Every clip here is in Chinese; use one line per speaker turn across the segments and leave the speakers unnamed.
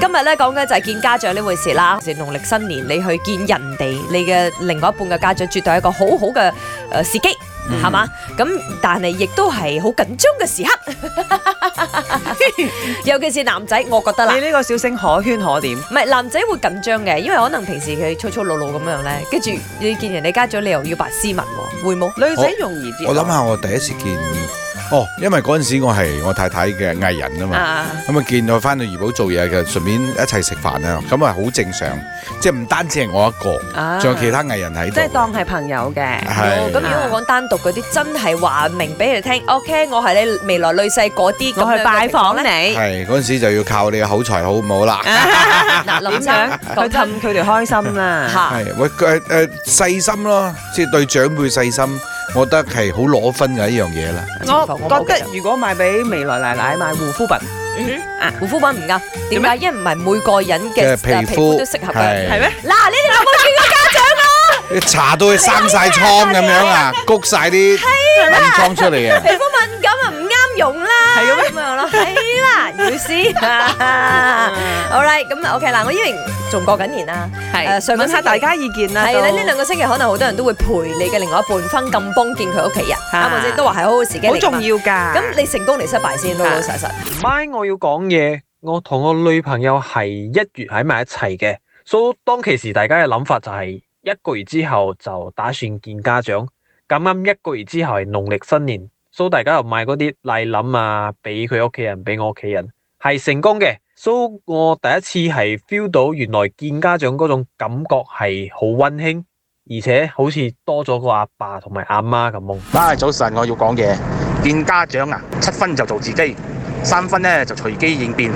日咧講嘅就係見家長呢回事啦。其實農曆新年你去見人哋你嘅另外一半嘅家長，絕對係一個好好嘅誒時機，係嘛？咁但係亦都係好緊張嘅 時刻，尤其是男仔，我覺得啦
你。呢個小星可圈可點，
唔係男仔會緊張嘅，因為可能平時佢粗粗魯魯咁樣咧，跟住你見人哋家長，你又要扮斯文喎，會冇？
女仔容易接受。
我諗下，我第一次見，哦，因為嗰陣時我係我太太嘅藝人啊嘛。
啊，
咁啊，見我翻到怡寶做嘢嘅，順便一齊食飯啊，咁啊好正常，即係唔單止係我一個，
啊
仲有其他藝人喺
即係
度。
當係朋友嘅。
係
哦咁如果我講單獨嗰啲，真係話明俾你聽，OK，我係你未來女婿嗰啲，
我去拜訪
咧。
你，
係嗰陣時就要靠你嘅口才好唔好啦。
嗱，林
點
生
樣去
講真
氹佢哋開心 啦？
嚇，
係喂誒誒細心咯，即係對長輩細心，我覺得係好攞分嘅一樣嘢啦。
我覺得如果買俾未來奶奶買護膚品，
嗯護膚品唔啱，點解？因為唔係每個人嘅
嘅皮膚
皮膚都適合嘅。
係
係咩？
嗱，你哋有冇見過家長啊？
你搽到佢生晒瘡咁樣啊，谷晒啲暗瘡出嚟啊！
皮膚敏感啊，唔啱用啦，係咁樣咯，係啦，要試。 好啦，咁 OK 嗱，我依然仲過緊年啦，誒上個
問
星
下
期
大家意見啦。
係啦，
都
呢兩個星期可能好多人都會陪你嘅另外一半翻咁幫見佢屋企人，啱
啊
唔啱先？都話係好好時機嚟㗎嘛
好重。要㗎。
咁你成功定失敗先，老老實實。
唔係，我要講嘢。我同我女朋友係一月喺埋一齊嘅，所以當其時大家嘅諗法就係一個月之後就打算見家長。咁啱一個月之後係農曆新年，所以大家又買嗰啲禮諗啊，俾佢屋企人，俾我屋企人，係成功嘅。所以我第一次係 feel 到原來見家長嗰種感覺係好温馨，而且好似多咗個阿爸同埋阿媽咁喎。
啊，早晨，我要講嘢。見家長啊，七分就做自己，三分呢就隨機應變。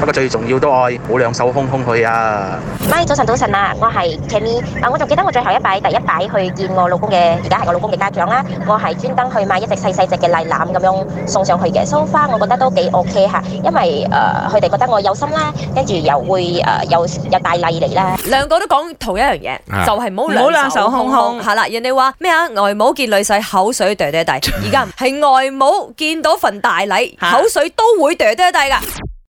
不過最重要都愛，冇兩手空空去啊！
咪早晨早晨啊，我係 Cammy 啊，我仲記得我最後一擺第一擺去見我老公嘅，而家係我老公嘅家長啦，我係專登去買一隻細細隻嘅麗攬咁樣送上去嘅，so far 我覺得都幾 OK 嚇，因為誒佢哋覺得我有心啦，跟住又會誒、呃有有大禮嚟啦。
兩個都講同一樣嘢，
啊
就係唔
唔
好
好
兩
兩
手
手
空
空
空。
空
係啦，人哋話咩啊？外母見女婿口水 嗲嗲地，而家唔係外母見到份大禮，
嚇
口水都會嗲嗲地噶。